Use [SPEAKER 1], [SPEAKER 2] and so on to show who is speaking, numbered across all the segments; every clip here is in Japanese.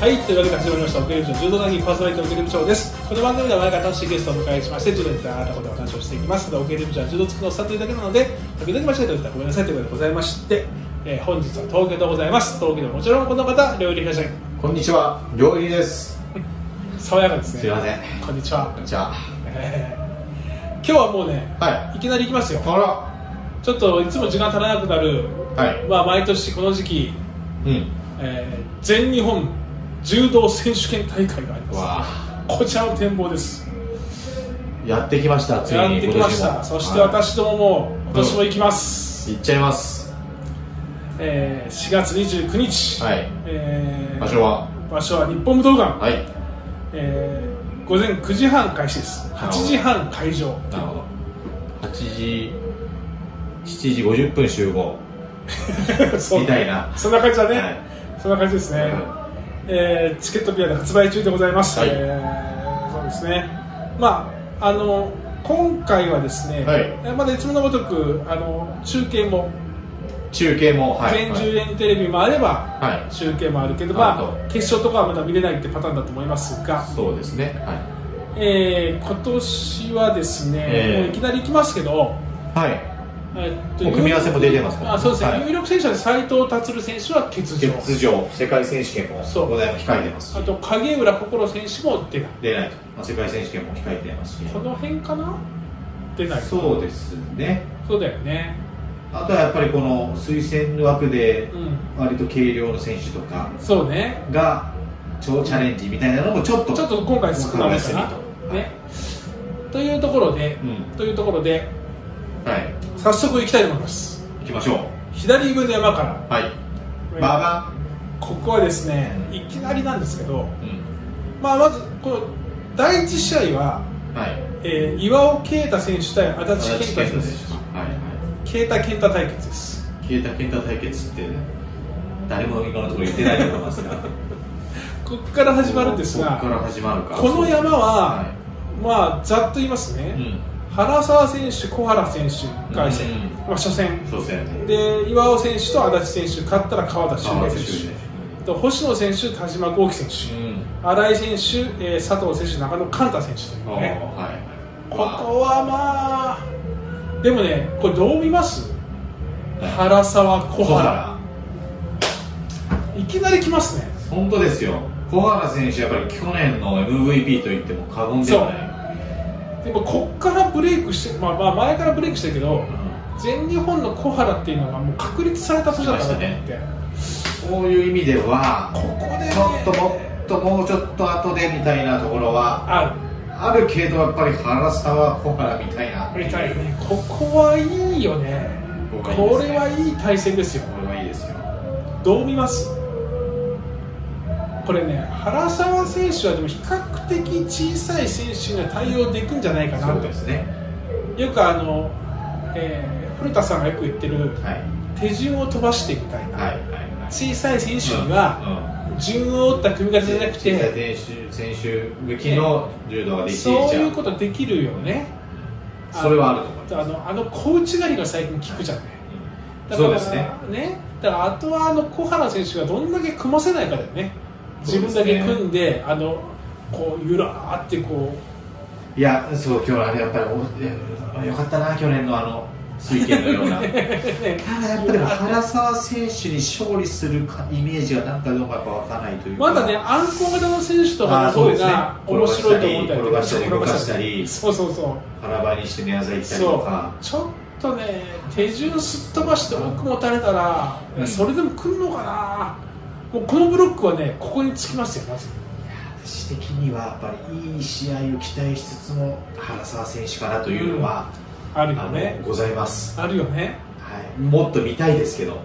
[SPEAKER 1] はい、というわけで始まりました、オケループション柔道談義パーソナリティのオケループションです。この番組では毎回楽しいゲストをお迎えしまして、柔道についてあなたことをお話をしていきます。ただ、オケループションは柔道つくのおっさんというだけなので、時々間違えておいたらごめんなさいということでございまして、えー本日は東京でございます。東京でももちろんこの方、料理東
[SPEAKER 2] こんにちは、料理です。
[SPEAKER 1] 爽やかですね。
[SPEAKER 2] すいません。
[SPEAKER 1] こんにちは。
[SPEAKER 2] じゃあ、
[SPEAKER 1] えー今日はもうね、、
[SPEAKER 2] はい
[SPEAKER 1] きなり行きますよ。
[SPEAKER 2] あ
[SPEAKER 1] ちょっといつも時間足らなくなる、
[SPEAKER 2] ら、はい、
[SPEAKER 1] まあ、毎年この時期、
[SPEAKER 2] うん、
[SPEAKER 1] えー全日本柔道選手権大会があります。
[SPEAKER 2] わ
[SPEAKER 1] こちらの展望です。
[SPEAKER 2] あ、やってきました。ついに
[SPEAKER 1] やってきまし
[SPEAKER 2] 今年
[SPEAKER 1] た。
[SPEAKER 2] も
[SPEAKER 1] そして
[SPEAKER 2] は
[SPEAKER 1] 私どもも今年も行きます。
[SPEAKER 2] い、行っちゃいます。
[SPEAKER 1] えー4月29日。
[SPEAKER 2] はい、
[SPEAKER 1] えー
[SPEAKER 2] 場所は、
[SPEAKER 1] 場所は日本武道館。
[SPEAKER 2] はい、
[SPEAKER 1] えー午前9時半開始です。
[SPEAKER 2] なる
[SPEAKER 1] 8
[SPEAKER 2] ほど
[SPEAKER 1] 時半会場。
[SPEAKER 2] なるほど。八時、七時五十分集合。
[SPEAKER 1] そう
[SPEAKER 2] みたいな
[SPEAKER 1] そんな感じだね。
[SPEAKER 2] はい
[SPEAKER 1] そんな感じですね。
[SPEAKER 2] は
[SPEAKER 1] えーチケットピアで発売中でございます。
[SPEAKER 2] はい
[SPEAKER 1] えーそうですね。まああの今回はですね、
[SPEAKER 2] はい
[SPEAKER 1] えーまだいつものごとくあの中継も
[SPEAKER 2] 中継も、はい、
[SPEAKER 1] 全
[SPEAKER 2] はい
[SPEAKER 1] 10連テレビもあれば。
[SPEAKER 2] はい、
[SPEAKER 1] 中継もあるけど、
[SPEAKER 2] あ
[SPEAKER 1] ま
[SPEAKER 2] と
[SPEAKER 1] あ、決勝とかはまだ見れないってパターンだと思いますが、
[SPEAKER 2] そうですね。は
[SPEAKER 1] えー今年はですね、
[SPEAKER 2] ええ
[SPEAKER 1] もういきなり行きますけど、
[SPEAKER 2] い、は
[SPEAKER 1] えっと
[SPEAKER 2] もう組み合わせも出てますから
[SPEAKER 1] あそうですね、
[SPEAKER 2] はい
[SPEAKER 1] 有力選手は斉藤達選手は欠
[SPEAKER 2] い。
[SPEAKER 1] 場、
[SPEAKER 2] 欠場、世界選手権も、
[SPEAKER 1] そう
[SPEAKER 2] ございます。控えてます
[SPEAKER 1] あ。と影浦心選手も出ない、
[SPEAKER 2] 出ないと、まあ世界選手権も控えてますし。
[SPEAKER 1] この辺かな、出ない、そう
[SPEAKER 2] そうですね。
[SPEAKER 1] だよね、
[SPEAKER 2] あとはやっぱりこの推薦枠で
[SPEAKER 1] うん、
[SPEAKER 2] 割と軽量の選手とか
[SPEAKER 1] そうね、
[SPEAKER 2] が超チャレンジみたいなのもちょっと
[SPEAKER 1] ちょっと今回少なめか
[SPEAKER 2] 少なめ
[SPEAKER 1] な
[SPEAKER 2] すぎ。と
[SPEAKER 1] ね、というところで
[SPEAKER 2] う、ん
[SPEAKER 1] というところで、
[SPEAKER 2] はい
[SPEAKER 1] 早速行きたいと思います。
[SPEAKER 2] 行きましょう
[SPEAKER 1] 左上の山から
[SPEAKER 2] はいババ
[SPEAKER 1] ここはですね、いきなりなんですけど、
[SPEAKER 2] ンうん
[SPEAKER 1] まあ、まずこの第1試合は、
[SPEAKER 2] はい
[SPEAKER 1] えー岩尾啓太選手対足
[SPEAKER 2] 足
[SPEAKER 1] 立
[SPEAKER 2] 立
[SPEAKER 1] 健太
[SPEAKER 2] 健太
[SPEAKER 1] 選
[SPEAKER 2] 選手はいは
[SPEAKER 1] 手、啓太健太対決です。
[SPEAKER 2] い啓太健太対決って誰も今のところ言ってないと思いますが
[SPEAKER 1] ここから 始まるんです
[SPEAKER 2] ここ
[SPEAKER 1] が、
[SPEAKER 2] から始まるか
[SPEAKER 1] この山は、
[SPEAKER 2] は
[SPEAKER 1] まあ、ざっと言います
[SPEAKER 2] い、う
[SPEAKER 1] ね、
[SPEAKER 2] ん
[SPEAKER 1] 原沢選手、小原選手、1回戦、
[SPEAKER 2] うん
[SPEAKER 1] まあ、初戦、
[SPEAKER 2] 初戦
[SPEAKER 1] で岩尾選手と足立選手、勝ったら川田修
[SPEAKER 2] 川
[SPEAKER 1] 平
[SPEAKER 2] 瀬
[SPEAKER 1] 選
[SPEAKER 2] 修
[SPEAKER 1] 手、あと星野選手、田島豪輝選
[SPEAKER 2] 平
[SPEAKER 1] 手、
[SPEAKER 2] うん
[SPEAKER 1] 新井選手、えー佐藤選手、中野寛太選手と
[SPEAKER 2] あ
[SPEAKER 1] い
[SPEAKER 2] ー
[SPEAKER 1] うね。ここ
[SPEAKER 2] は
[SPEAKER 1] はまあでもねこれどう見ます
[SPEAKER 2] いはい
[SPEAKER 1] 原沢小
[SPEAKER 2] 小
[SPEAKER 1] 原
[SPEAKER 2] 原
[SPEAKER 1] いきなり来ますね
[SPEAKER 2] 本当ですよ小原選手やっぱり去年の MVP と言っても過言ではない
[SPEAKER 1] でもこっからブレイクしてまあまあ前からブレイクしてるけど
[SPEAKER 2] うん
[SPEAKER 1] 全日本の小原っていうのがもう確立された年だったなと思って、
[SPEAKER 2] そういう意味では、
[SPEAKER 1] ここでね
[SPEAKER 2] ちょっともっともうちょっと後でみたいなところは
[SPEAKER 1] あ
[SPEAKER 2] あるけど、やっぱり原沢、小原みたいな、
[SPEAKER 1] るみたいねここはいいよね
[SPEAKER 2] ここはい
[SPEAKER 1] こ
[SPEAKER 2] いですね
[SPEAKER 1] れはいい対戦ですよ
[SPEAKER 2] これはいいですよ。
[SPEAKER 1] どう見ますこれね原沢選手はでも比較的小さい選手には対応できるんじゃないかな
[SPEAKER 2] そう
[SPEAKER 1] と
[SPEAKER 2] ですね。
[SPEAKER 1] よくあの、えー古田さんがよく言ってる
[SPEAKER 2] はい。
[SPEAKER 1] 手順を飛ばしてみたいな、
[SPEAKER 2] はい。はい。はい
[SPEAKER 1] 小さい選手には、順を追った組み
[SPEAKER 2] うん
[SPEAKER 1] 立てじゃなく
[SPEAKER 2] 小さい
[SPEAKER 1] て、
[SPEAKER 2] 選手、選手向きの柔道ができていい
[SPEAKER 1] そう
[SPEAKER 2] じゃ
[SPEAKER 1] いうこ
[SPEAKER 2] ん。
[SPEAKER 1] とできるよね
[SPEAKER 2] それはあると思います
[SPEAKER 1] あのあの小内刈りが最近聞くじゃないだか
[SPEAKER 2] そう
[SPEAKER 1] ら
[SPEAKER 2] ですね。
[SPEAKER 1] ねだからあとはあの小原選手がどんだけ組ませないかだよね自分だけ組んであのこうゆらーってこ
[SPEAKER 2] いや、そう、今日はあれ、やっぱりお、よかったな、去年のあの、水拳のよ うな。
[SPEAKER 1] うね
[SPEAKER 2] ただやっぱり原沢選手に勝利するかイメージがなんかどうかやっぱわからないというか
[SPEAKER 1] まだね、アンコ型の選手とかの
[SPEAKER 2] あーそ
[SPEAKER 1] 方
[SPEAKER 2] うですね
[SPEAKER 1] が面白いと思うんだよね。
[SPEAKER 2] 転がしたり動かしたり
[SPEAKER 1] そうそうそう。
[SPEAKER 2] 腹ばいにして寝技行ったりと
[SPEAKER 1] そ
[SPEAKER 2] か
[SPEAKER 1] うちょっとね手順すっ飛ばして奥持たれたら、
[SPEAKER 2] うん
[SPEAKER 1] それでも来るのかなもうこのブロックはねここにつきますよまず
[SPEAKER 2] 私的にはやっぱりいい試合を期待しつつも原沢選手かなというのは、
[SPEAKER 1] あるよ
[SPEAKER 2] あの
[SPEAKER 1] ね
[SPEAKER 2] ございます、
[SPEAKER 1] あるよね
[SPEAKER 2] はい、もっと見たいですけど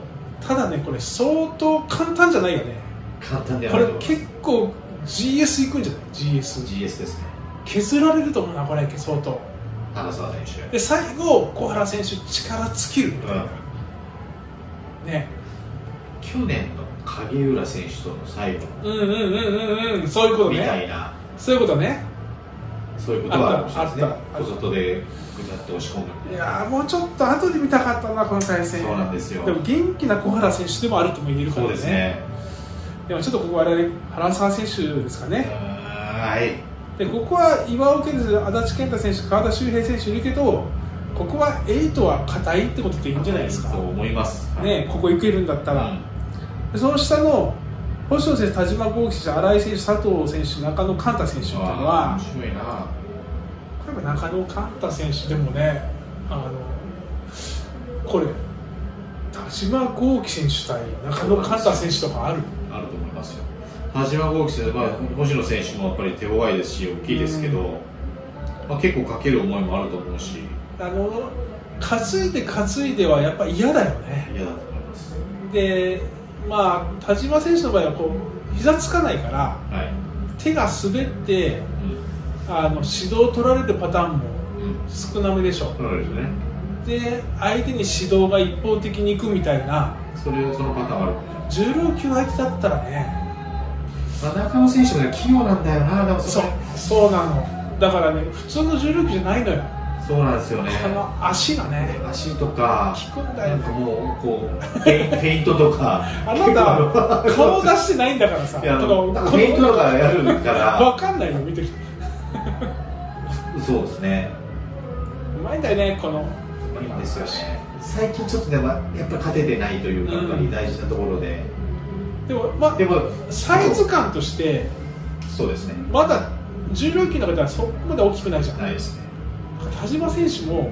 [SPEAKER 1] ただねこれ相当簡単じゃないよね
[SPEAKER 2] 簡単では
[SPEAKER 1] こ
[SPEAKER 2] な
[SPEAKER 1] れ
[SPEAKER 2] いと思います
[SPEAKER 1] 結構 GS いくんじゃない GS
[SPEAKER 2] GS ですね
[SPEAKER 1] 削られると思うなこれ相当
[SPEAKER 2] 原沢選手
[SPEAKER 1] で最後小原選手力尽きるみたいな、ね
[SPEAKER 2] 去年の影浦選手との最後
[SPEAKER 1] うんうんうんうんうんそういうこと
[SPEAKER 2] みた
[SPEAKER 1] ね
[SPEAKER 2] いな、
[SPEAKER 1] そういうことね
[SPEAKER 2] そういうことはあるかもしれないです
[SPEAKER 1] あっ
[SPEAKER 2] ね
[SPEAKER 1] たあった
[SPEAKER 2] 小外でぐちゃっと押し込む
[SPEAKER 1] いやーもうちょっと後で見たかったなこの対戦
[SPEAKER 2] そうなんですよ
[SPEAKER 1] でも元気な小原選手でもあるとも言えるから
[SPEAKER 2] そう
[SPEAKER 1] ね
[SPEAKER 2] ですね
[SPEAKER 1] でもちょっとここ我々原沢選手ですかね
[SPEAKER 2] はい
[SPEAKER 1] でここは岩尾健選手足立健太選手川田修平選手いるけどここは8は硬いってことでいいんじゃないですか、
[SPEAKER 2] そう思います
[SPEAKER 1] ね、ここ行けるんだった
[SPEAKER 2] う
[SPEAKER 1] ら、
[SPEAKER 2] ん
[SPEAKER 1] でその下の星野選手、田島幸喜選手、新井選手、佐藤選手、中野寛太選手っていうの
[SPEAKER 2] あ
[SPEAKER 1] は、
[SPEAKER 2] ー面白いな
[SPEAKER 1] 例えば中野寛太選手でもね、あのこれ、田島幸喜選手対中野寛太選手とかある、
[SPEAKER 2] あると思いますよ。田島豪輝選手、まあ、星野選手もやっぱり手強いですし、大きいですけど、まあ、結構かける思いもあると思うし、
[SPEAKER 1] あの担いで担いではやっぱ嫌だよね、
[SPEAKER 2] 嫌だと思います。
[SPEAKER 1] でまあ、田島選手の場合はこう膝つかないから、
[SPEAKER 2] はい。
[SPEAKER 1] 手が滑ってあの指導を取られるパターンも
[SPEAKER 2] うん。うん。
[SPEAKER 1] 少なめでしょ。
[SPEAKER 2] そうですね。
[SPEAKER 1] で相手に指導が一方的に行くみたいな
[SPEAKER 2] それをそのパターンあるかもしれない
[SPEAKER 1] 重量級相手だったらね
[SPEAKER 2] まあ、中野選手が器用なんだよな、でも
[SPEAKER 1] そ
[SPEAKER 2] れ
[SPEAKER 1] うそうなのだからね普通の重量級じゃないのよ
[SPEAKER 2] そうなんですよね。
[SPEAKER 1] あの足がね
[SPEAKER 2] 足とか、
[SPEAKER 1] 効くんだ
[SPEAKER 2] な
[SPEAKER 1] よ
[SPEAKER 2] んかもう、こう、フェイフェイントとか、
[SPEAKER 1] あなた顔出してないんだからさ
[SPEAKER 2] いやあの
[SPEAKER 1] だ
[SPEAKER 2] な
[SPEAKER 1] から
[SPEAKER 2] んかフェイントとかやるか
[SPEAKER 1] わ
[SPEAKER 2] ら、
[SPEAKER 1] かんないの見てる人
[SPEAKER 2] そうですね。
[SPEAKER 1] うまいんだよねこの
[SPEAKER 2] いいんですよね。最近ちょっとでもやっぱ勝ててないというか、やっぱり大事なところで、
[SPEAKER 1] でもまあ
[SPEAKER 2] でも
[SPEAKER 1] サイズ感として
[SPEAKER 2] そうですね。
[SPEAKER 1] まだ重量級の方はそこまで大きくないじゃん
[SPEAKER 2] ないですね。
[SPEAKER 1] 田島選手も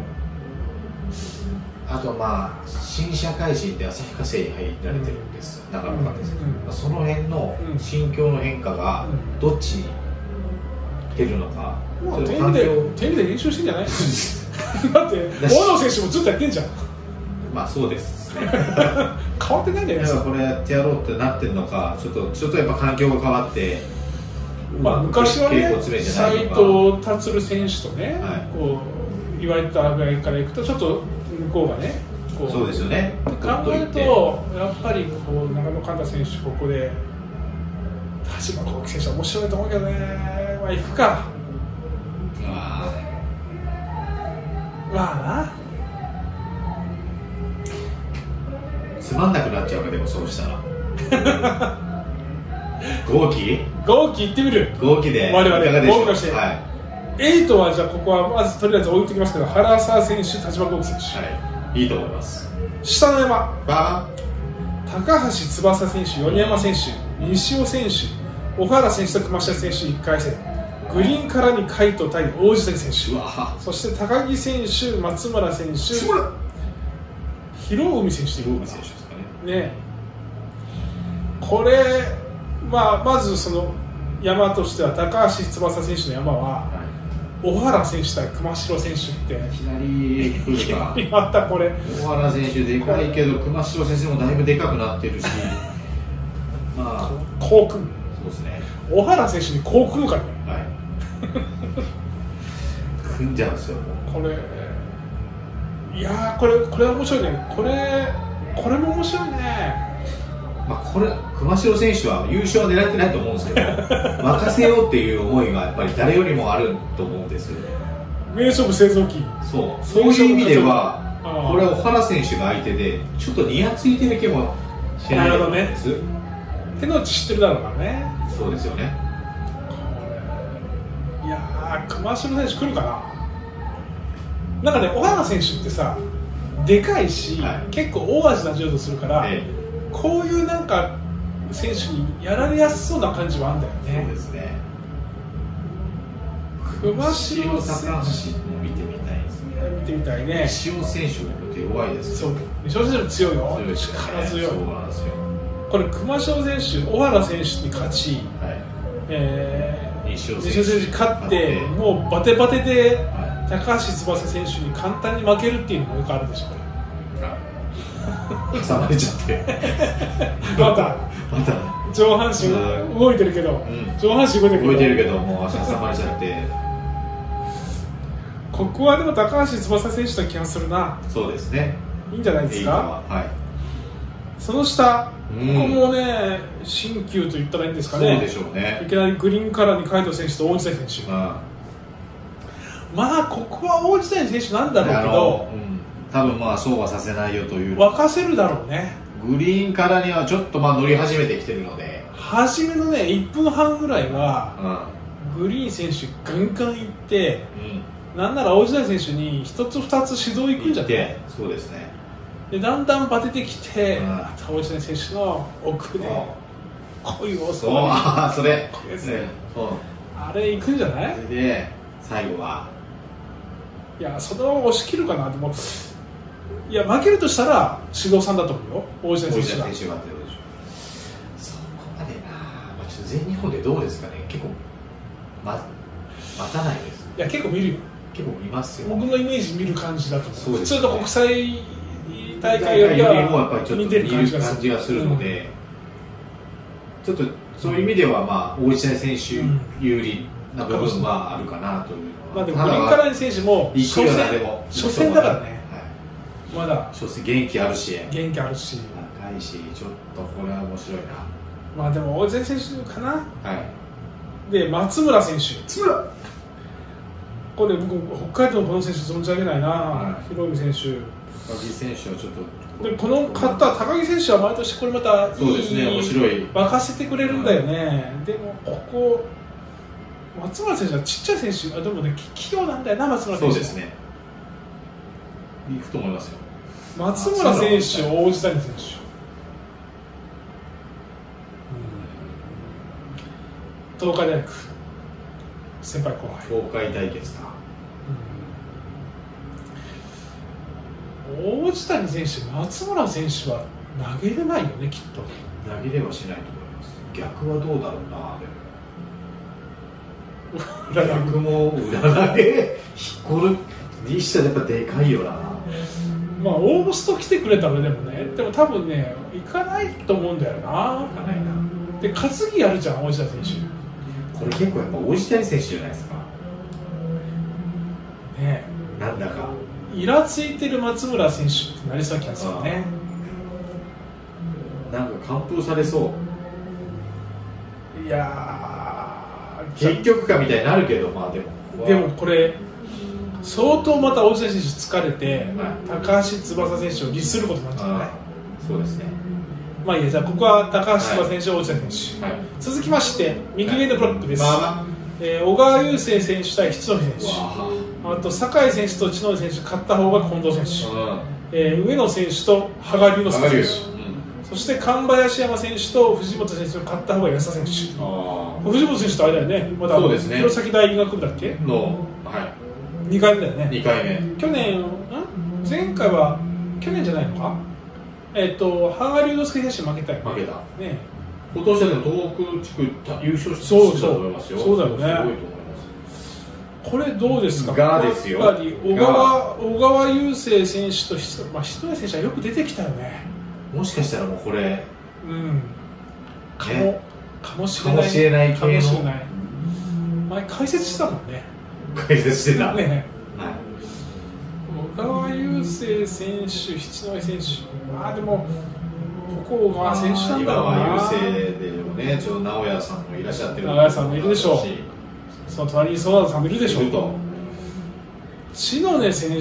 [SPEAKER 2] あとまあ新社会人で旭化成に入られてるんですよ。長野です。
[SPEAKER 1] うん
[SPEAKER 2] その辺の
[SPEAKER 1] うん
[SPEAKER 2] 心境の変化が
[SPEAKER 1] うん
[SPEAKER 2] どっちに出るのか。
[SPEAKER 1] も
[SPEAKER 2] ちょ
[SPEAKER 1] う
[SPEAKER 2] っと
[SPEAKER 1] テレビ
[SPEAKER 2] 環
[SPEAKER 1] で
[SPEAKER 2] 境
[SPEAKER 1] テレビで練習してんじゃ ないだって大野選手もずっとやってんじゃん
[SPEAKER 2] まあそうです、ね。
[SPEAKER 1] 変わってないんじゃない
[SPEAKER 2] や
[SPEAKER 1] で
[SPEAKER 2] っ
[SPEAKER 1] す
[SPEAKER 2] ぱ
[SPEAKER 1] か
[SPEAKER 2] これやってやろうってなってるのか、ちょっとちょっとやっぱ環境が変わって、
[SPEAKER 1] まあ、昔は
[SPEAKER 2] 稽
[SPEAKER 1] ね
[SPEAKER 2] 古詰めてな
[SPEAKER 1] 斎
[SPEAKER 2] いのか
[SPEAKER 1] 藤達選手とね、
[SPEAKER 2] は
[SPEAKER 1] こう言われたぐらいからいくとちょっと向こうがねこう
[SPEAKER 2] そうですよね。
[SPEAKER 1] 考えるとやっぱりこう長野寛太選手ここで田島幸喜選手は面白いと思うけどねまあ行くか
[SPEAKER 2] あ
[SPEAKER 1] まあな
[SPEAKER 2] ーつまんなくなっちゃうかでもそうしたら。 豪気
[SPEAKER 1] 豪輝行ってみる
[SPEAKER 2] 豪気で
[SPEAKER 1] 我々
[SPEAKER 2] いかがでしょ
[SPEAKER 1] 豪
[SPEAKER 2] う
[SPEAKER 1] 気として
[SPEAKER 2] はい
[SPEAKER 1] エイトはじゃあここはまずとりあえず置いておきますけど原沢選手田島幸喜選手、
[SPEAKER 2] はい、いいと思います。
[SPEAKER 1] 下の山
[SPEAKER 2] バ
[SPEAKER 1] 高橋翼選手、米山選手、西尾選手、小原選手と熊下選手1回戦、グリーンからに海斗対王子谷選
[SPEAKER 2] ーンう
[SPEAKER 1] 手、
[SPEAKER 2] わ
[SPEAKER 1] そして高木選手、松村選手、
[SPEAKER 2] すごい
[SPEAKER 1] 広海選手という
[SPEAKER 2] 選手ですかね。
[SPEAKER 1] ね、これ、まあ、まずその山としては高橋翼選手の山は、小原選手対熊代選手って、
[SPEAKER 2] 左来るか。
[SPEAKER 1] またこれ、
[SPEAKER 2] 小原選手でかいけど、熊代先生もだいぶでかくなってるし、まあ、
[SPEAKER 1] こう組む、
[SPEAKER 2] そうですね。
[SPEAKER 1] 小原選手にこう組むからね。
[SPEAKER 2] はい。 組んじゃうんですよ。もう
[SPEAKER 1] これいやーこれこれ面白いねこれこれも面白いね
[SPEAKER 2] まあ、これ熊代選手は優勝は狙ってないと思うんです けど、任せようっていう思いがやっぱり誰よりもあると思うんですよね。
[SPEAKER 1] 名勝負製造機
[SPEAKER 2] そう、そういう意味では。
[SPEAKER 1] あー
[SPEAKER 2] これは小原選手が相手で、ちょっとニヤついてる気もしない
[SPEAKER 1] なるほどね
[SPEAKER 2] です。
[SPEAKER 1] 手の内知ってるだろうからね
[SPEAKER 2] そうですよね。
[SPEAKER 1] これいやー熊代選手来るかななんかね小原選手ってさでかいし、
[SPEAKER 2] はい
[SPEAKER 1] 結構大味な柔道するから、
[SPEAKER 2] ええ
[SPEAKER 1] こういうなんか選手にやられやすそうな感じはあるんだよ
[SPEAKER 2] そう
[SPEAKER 1] ね
[SPEAKER 2] ですね。
[SPEAKER 1] 熊代
[SPEAKER 2] 塩
[SPEAKER 1] 選
[SPEAKER 2] 高橋も見てみたいです
[SPEAKER 1] 手見
[SPEAKER 2] ね。
[SPEAKER 1] てみたいね
[SPEAKER 2] 塩選手も手弱いです。
[SPEAKER 1] そう正直強いよ
[SPEAKER 2] 強いですよね
[SPEAKER 1] 力強い
[SPEAKER 2] そうなんですよ。
[SPEAKER 1] これ熊代選手、小原選手に勝ち、
[SPEAKER 2] は
[SPEAKER 1] え
[SPEAKER 2] い。
[SPEAKER 1] ー、
[SPEAKER 2] 西尾
[SPEAKER 1] 西尾選手に勝って、
[SPEAKER 2] 勝
[SPEAKER 1] もうバテバテで
[SPEAKER 2] は
[SPEAKER 1] 高橋翼選手に簡単に負けるっていうのもよくあるでしょうね、
[SPEAKER 2] い。挟まれちゃって。
[SPEAKER 1] また
[SPEAKER 2] また。
[SPEAKER 1] 上半身
[SPEAKER 2] うん
[SPEAKER 1] 動いてるけど、
[SPEAKER 2] ん
[SPEAKER 1] 上半身動いてるけど
[SPEAKER 2] 動いてるけど、もう足挟まれちゃって。
[SPEAKER 1] ここはでも高橋翼選手と気がするな、
[SPEAKER 2] そうですね。
[SPEAKER 1] いいんじゃないで
[SPEAKER 2] い
[SPEAKER 1] す
[SPEAKER 2] いの
[SPEAKER 1] か、
[SPEAKER 2] は。はい。
[SPEAKER 1] その下、
[SPEAKER 2] うん
[SPEAKER 1] ここもね、新旧と言ったらいいんです
[SPEAKER 2] そ
[SPEAKER 1] か
[SPEAKER 2] う
[SPEAKER 1] ね
[SPEAKER 2] で、しょうね
[SPEAKER 1] い。きなりグリーンカラーに海斗選手と大内選手、
[SPEAKER 2] うん。
[SPEAKER 1] まあ、ここは大内選手なんだろうけ
[SPEAKER 2] あ
[SPEAKER 1] ど
[SPEAKER 2] の、うん、多分まあそうはさせないよという
[SPEAKER 1] 沸かせるだろうね。
[SPEAKER 2] グリーンからにはちょっとまあ乗り始めてきてるので、
[SPEAKER 1] 初めのね1分半ぐらいは
[SPEAKER 2] うんうん
[SPEAKER 1] グリーン選手ガンガン行ってなんなら大時代選手に1つ2つ指導行くんじゃない
[SPEAKER 2] でそうですね、
[SPEAKER 1] でだんだんバテてきて、
[SPEAKER 2] うん
[SPEAKER 1] あと大時代選手の奥で恋を
[SPEAKER 2] そう
[SPEAKER 1] 襲わ
[SPEAKER 2] あーそれ、
[SPEAKER 1] これ
[SPEAKER 2] う
[SPEAKER 1] で
[SPEAKER 2] ん
[SPEAKER 1] すね
[SPEAKER 2] そ
[SPEAKER 1] あれ行くんじゃないう
[SPEAKER 2] それで最後は、
[SPEAKER 1] いやそのまま押し切るかなでもいや負けるとしたら指導さんだと思うよ大時
[SPEAKER 2] 大
[SPEAKER 1] 代
[SPEAKER 2] 石
[SPEAKER 1] 選手が
[SPEAKER 2] 選手がってことでしょそこまでな、まあ、ちょっと全日本でどうですかね、結構、ま、待たないです、
[SPEAKER 1] いや結構見るよ
[SPEAKER 2] 結構見ますよ、
[SPEAKER 1] 僕のイメージ見る感じだと
[SPEAKER 2] そう
[SPEAKER 1] 思う
[SPEAKER 2] で
[SPEAKER 1] 普
[SPEAKER 2] すね
[SPEAKER 1] 通の国際大会より
[SPEAKER 2] もやっぱり
[SPEAKER 1] は
[SPEAKER 2] ちょっと
[SPEAKER 1] 見
[SPEAKER 2] 似
[SPEAKER 1] て
[SPEAKER 2] て
[SPEAKER 1] る
[SPEAKER 2] る
[SPEAKER 1] 感
[SPEAKER 2] 感
[SPEAKER 1] じがする
[SPEAKER 2] じがするので、ちょっとそういう意味では、まあ、大石選手有利な部分はあるかなというの
[SPEAKER 1] まあ
[SPEAKER 2] は、
[SPEAKER 1] でも
[SPEAKER 2] た
[SPEAKER 1] グ
[SPEAKER 2] だ
[SPEAKER 1] リーンからの選手も
[SPEAKER 2] い
[SPEAKER 1] 初
[SPEAKER 2] くらで
[SPEAKER 1] 戦
[SPEAKER 2] も
[SPEAKER 1] 初戦だからね
[SPEAKER 2] はい
[SPEAKER 1] まだ
[SPEAKER 2] そうですね元気あるし
[SPEAKER 1] 元気あるし
[SPEAKER 2] 若いしちょっとこれは面白い
[SPEAKER 1] まあでも大勢選手かな
[SPEAKER 2] なはい
[SPEAKER 1] で松村選手
[SPEAKER 2] 津村
[SPEAKER 1] これ僕北海道のこの選手存じ上げないな
[SPEAKER 2] は
[SPEAKER 1] 広海選
[SPEAKER 2] 高木選手はちょっと
[SPEAKER 1] 手でこの方高木選手は毎年これまたいい
[SPEAKER 2] そうですね面白い
[SPEAKER 1] 沸かせてくれるんだよね、でもここ、松村選手はちっちゃい選手、あでもね、き器用なんだよな、松村選
[SPEAKER 2] そ
[SPEAKER 1] 手、
[SPEAKER 2] うですねいくと思いますよ
[SPEAKER 1] 松村選手、大地谷選手、東海大学、先輩後輩、
[SPEAKER 2] 東海対決か
[SPEAKER 1] 大地谷選手、松村選手は投げれないよね、きっと。
[SPEAKER 2] 投げれはしないと思います逆はどうだろうなでも逆も裏投げ引 っこるにしてはやっぱでかいよな
[SPEAKER 1] まあ、オースト来てくれたらでもね、でも多分ね、行かないと思うんだよな。
[SPEAKER 2] かないな
[SPEAKER 1] で、担ぎやるじゃん、大下選
[SPEAKER 2] これ結構やっぱ大石谷選手じゃないですか
[SPEAKER 1] 手。ね
[SPEAKER 2] なんだか
[SPEAKER 1] えイラついてる松村選手ってなりそうな気がするね。
[SPEAKER 2] なんか完封されそう
[SPEAKER 1] いや
[SPEAKER 2] 結
[SPEAKER 1] ー、
[SPEAKER 2] 局かみたいになるけどまあでも
[SPEAKER 1] でもこれ、相当また大下選手疲れて、
[SPEAKER 2] はい
[SPEAKER 1] 高橋翼選手を律することになっちゃうね
[SPEAKER 2] あ。ーそうですね
[SPEAKER 1] まあいいや、じゃあここは高橋翼選手、大下選手。
[SPEAKER 2] はい
[SPEAKER 1] 続きまして、右上のブロックです。
[SPEAKER 2] まあまあ
[SPEAKER 1] えー小川雄生選手対筆信選手。
[SPEAKER 2] わ
[SPEAKER 1] あと酒井選手と知能選手、勝った方が近藤選手、
[SPEAKER 2] あ
[SPEAKER 1] えー上野選手と羽賀龍之
[SPEAKER 2] 上が
[SPEAKER 1] 介
[SPEAKER 2] る
[SPEAKER 1] 選
[SPEAKER 2] よ
[SPEAKER 1] 手、そして神林山選手と藤本選手の勝った方が安田選手、
[SPEAKER 2] あ
[SPEAKER 1] 藤本選手とあれだよね、まだ
[SPEAKER 2] そうですね
[SPEAKER 1] 弘前大学部だっけ、
[SPEAKER 2] あのは
[SPEAKER 1] 2回目だよ
[SPEAKER 2] い
[SPEAKER 1] ね、
[SPEAKER 2] 2回目
[SPEAKER 1] 去年、ん前回は去年じゃないのか、えっと羽賀龍之介選手負けたよね、
[SPEAKER 2] 負けた
[SPEAKER 1] ね
[SPEAKER 2] 今年はでも東北地区優勝して
[SPEAKER 1] そうそう
[SPEAKER 2] してたと思いますよ
[SPEAKER 1] そうだよね
[SPEAKER 2] すごいと思います
[SPEAKER 1] これどうですか、
[SPEAKER 2] がですよ
[SPEAKER 1] やっぱり小川小川雄生選手と筆、まあ、筆頭選手はよく出てきたよね。
[SPEAKER 2] もしかしたらもうこれ
[SPEAKER 1] うんかも、
[SPEAKER 2] ね
[SPEAKER 1] かもし
[SPEAKER 2] か
[SPEAKER 1] れ
[SPEAKER 2] も
[SPEAKER 1] ない
[SPEAKER 2] しれない
[SPEAKER 1] かも
[SPEAKER 2] 系
[SPEAKER 1] し
[SPEAKER 2] の
[SPEAKER 1] れない前解説したもんね
[SPEAKER 2] 解説してた、
[SPEAKER 1] ね
[SPEAKER 2] はい
[SPEAKER 1] 小川雄星選手七戸選手まあでもここ小川選手なんだろう
[SPEAKER 2] 今
[SPEAKER 1] な
[SPEAKER 2] は優勢でもねちょうど直哉さんもいらっしゃってる
[SPEAKER 1] 直哉さんもいるでしょうその隣に園田さんもいるでしょ
[SPEAKER 2] いると
[SPEAKER 1] 知野根選手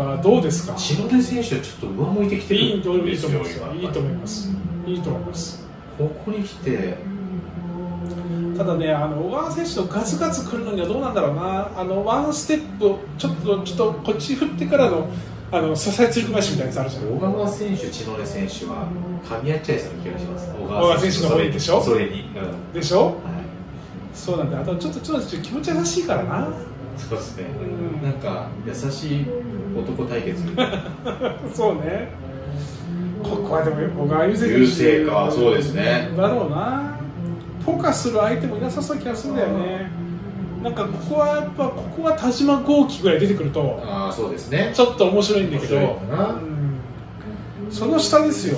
[SPEAKER 1] はどうですか
[SPEAKER 2] 篠出選手はちょっと上向いてきて
[SPEAKER 1] いい
[SPEAKER 2] る
[SPEAKER 1] いい
[SPEAKER 2] ん
[SPEAKER 1] と思い
[SPEAKER 2] ですよ
[SPEAKER 1] ます
[SPEAKER 2] 今
[SPEAKER 1] いいと思いますいいと思います
[SPEAKER 2] ここに来て
[SPEAKER 1] ただね、あの小川選手のガツガツ来るのにはどうなんだろうな、あのワンステップ、ちょっとちょっとこっち振ってからのあの支えつり返しみたいなやつあるじゃん、
[SPEAKER 2] 小川選手、千野選手は噛み合っちゃいそうな気がします。小
[SPEAKER 1] 川選手の方にでしょ
[SPEAKER 2] それに。うん
[SPEAKER 1] でしょ
[SPEAKER 2] はい
[SPEAKER 1] そうなんだあとちょっとちょっと気持ち優しいからな
[SPEAKER 2] そうですね
[SPEAKER 1] うん。
[SPEAKER 2] なんか優しい男対決。
[SPEAKER 1] そうねここはでも小川優勢
[SPEAKER 2] 優勢か そうですね
[SPEAKER 1] だろうなポカする相手もいなさそうな気がするんだよねなんかここはやっぱここは田島豪輝ぐらい出てくると
[SPEAKER 2] ああそうですね。
[SPEAKER 1] ちょっと面白いんだけど
[SPEAKER 2] 面白いかな
[SPEAKER 1] うんその下ですよ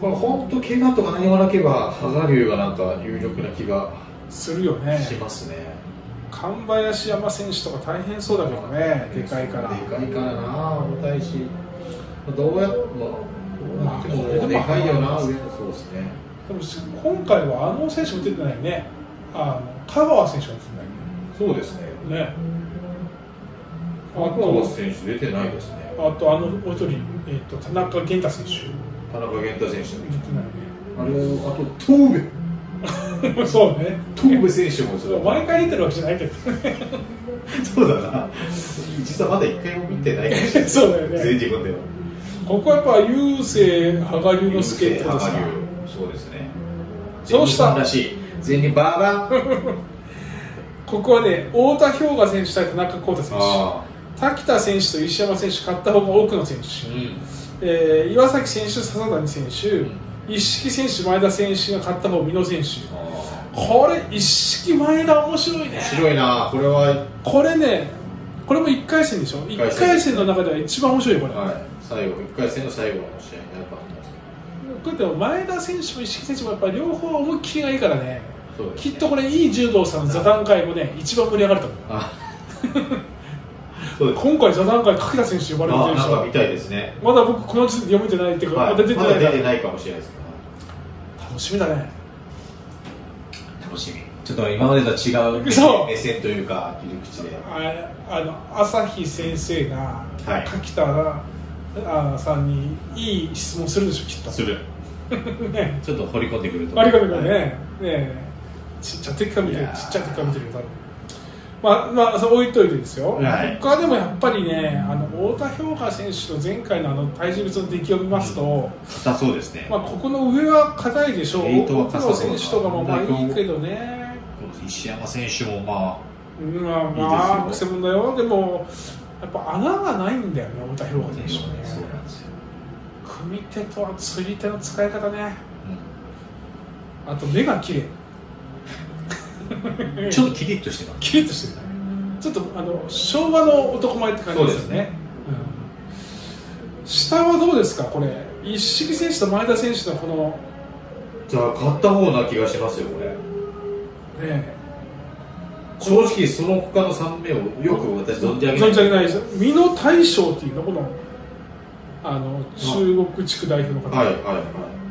[SPEAKER 2] これ本当怪我とか何もなければ羽賀龍がなんか有力な気が
[SPEAKER 1] するよね
[SPEAKER 2] しますね。
[SPEAKER 1] 神林山選手とか大変そうだけどねでかいから
[SPEAKER 2] でかいからな重たいし。どうやっまあどうやってもでかいよな上野そうですね。
[SPEAKER 1] でもし今回はあの選手も出てないね、あの香川選手は出て
[SPEAKER 2] そうですね。
[SPEAKER 1] ないね。ねあ
[SPEAKER 2] 赤星
[SPEAKER 1] と、
[SPEAKER 2] 選手出てないですね。
[SPEAKER 1] あとあのもう一人、えっと田中健太選手、
[SPEAKER 2] 田中源太選手
[SPEAKER 1] 言ってない
[SPEAKER 2] あれをあと東部
[SPEAKER 1] ね そうね
[SPEAKER 2] 東部選手もそれ
[SPEAKER 1] 毎回出てるわけじゃないけど ね
[SPEAKER 2] そうだな実はまだ一回も見てないかもしれない
[SPEAKER 1] そうだよね
[SPEAKER 2] 全日本では
[SPEAKER 1] ここはやっぱ郵政羽賀龍之介ってことですか
[SPEAKER 2] そうですね
[SPEAKER 1] そうした
[SPEAKER 2] 全日本らしい全日バーバー
[SPEAKER 1] ここはね太田氷河選手対田中康太選
[SPEAKER 2] あ
[SPEAKER 1] 手滝田選手と石山選手勝った方が多くの選
[SPEAKER 2] あう
[SPEAKER 1] 手、
[SPEAKER 2] ん
[SPEAKER 1] えー岩崎選手笹谷選手、
[SPEAKER 2] ん
[SPEAKER 1] 一色選手前田選手が勝った方美濃選手
[SPEAKER 2] あ
[SPEAKER 1] これ一色前田面白いね
[SPEAKER 2] あ白いなこれは、
[SPEAKER 1] これねこれも1回戦でしょ1
[SPEAKER 2] 一
[SPEAKER 1] 回
[SPEAKER 2] 回
[SPEAKER 1] 戦
[SPEAKER 2] 戦
[SPEAKER 1] の中では一番面白いよこれ、
[SPEAKER 2] はい、最後一回戦の最後の試合になるかと思います
[SPEAKER 1] これでも前田選手も石木選手もやっぱり両方思いっきりがいいからね
[SPEAKER 2] けどそうです
[SPEAKER 1] き
[SPEAKER 2] ね
[SPEAKER 1] っとこれいい柔道さんの座談会もね一番盛り上がると思う
[SPEAKER 2] あそうです
[SPEAKER 1] 今回座談会柿田選手呼ばれ
[SPEAKER 2] あ
[SPEAKER 1] てるで
[SPEAKER 2] な
[SPEAKER 1] し
[SPEAKER 2] んか見
[SPEAKER 1] ょ
[SPEAKER 2] たいですね、
[SPEAKER 1] まだ僕この時点で読めてないっていうか、
[SPEAKER 2] はい、
[SPEAKER 1] まだ出て
[SPEAKER 2] ま
[SPEAKER 1] ない
[SPEAKER 2] だ
[SPEAKER 1] から
[SPEAKER 2] 出てないかもしれないですけど
[SPEAKER 1] 楽しみだね
[SPEAKER 2] 楽しみちょっと今までとは違う
[SPEAKER 1] そう
[SPEAKER 2] 目線というか切り口で
[SPEAKER 1] ああの朝日先生が
[SPEAKER 2] はい
[SPEAKER 1] 柿田があさんにいい質問するでしょきっと
[SPEAKER 2] する
[SPEAKER 1] ね
[SPEAKER 2] ちょっと掘り込んでくると
[SPEAKER 1] 割り込みがねねえちっちゃい時から見てる
[SPEAKER 2] いやー
[SPEAKER 1] ちっちゃい時から見てるよ多分まあまあそう置いといてですよ、
[SPEAKER 2] はい
[SPEAKER 1] 僕はでもやっぱりねあの太田氷河選手の前回のあの体重別の出来を見ますと、
[SPEAKER 2] 硬そうですね、
[SPEAKER 1] まあ、ここの上は硬いでしょう、
[SPEAKER 2] エイトは
[SPEAKER 1] 奥
[SPEAKER 2] 硬
[SPEAKER 1] 野
[SPEAKER 2] そうだ
[SPEAKER 1] 選
[SPEAKER 2] な
[SPEAKER 1] 手とかもまあいいけどね、
[SPEAKER 2] 石山選手もま
[SPEAKER 1] うんまあ、
[SPEAKER 2] い
[SPEAKER 1] まあ、
[SPEAKER 2] い
[SPEAKER 1] く
[SPEAKER 2] です
[SPEAKER 1] せ
[SPEAKER 2] よ
[SPEAKER 1] 者だよ、でも、やっぱ穴がないんだよね、太田
[SPEAKER 2] あ
[SPEAKER 1] 氷河選手は
[SPEAKER 2] そう
[SPEAKER 1] ね。
[SPEAKER 2] なんですよ、
[SPEAKER 1] 組手と釣り手の使い方ね、
[SPEAKER 2] う
[SPEAKER 1] あと目が綺麗
[SPEAKER 2] ん、ちょっとキリッとしてます
[SPEAKER 1] キリッとしてるねちょっとあの昭和の男前って感じですよ
[SPEAKER 2] そうです
[SPEAKER 1] ね
[SPEAKER 2] ね
[SPEAKER 1] うん下はどうですかこれ一色選手と前田選手のこの
[SPEAKER 2] じゃあ勝った方な気がしますよこれ
[SPEAKER 1] ね
[SPEAKER 2] 正直その他の3名をよく私存じ上げない
[SPEAKER 1] 存じ上げないです美濃大将っていうのこのあの中国地区代表の方、
[SPEAKER 2] はいはいは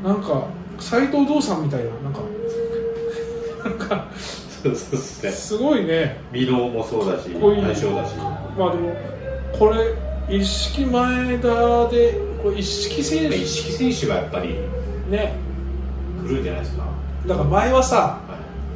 [SPEAKER 1] なんか斎藤道さんみたいななんか
[SPEAKER 2] いそうそうですね
[SPEAKER 1] すごいね
[SPEAKER 2] 美濃もそうだし
[SPEAKER 1] こういう
[SPEAKER 2] 大将だし
[SPEAKER 1] まあでもこれ一色前田でこれ一色選
[SPEAKER 2] 一
[SPEAKER 1] 手
[SPEAKER 2] 色選手がやっぱり
[SPEAKER 1] ね
[SPEAKER 2] 来るんじゃないですか
[SPEAKER 1] だから前はさ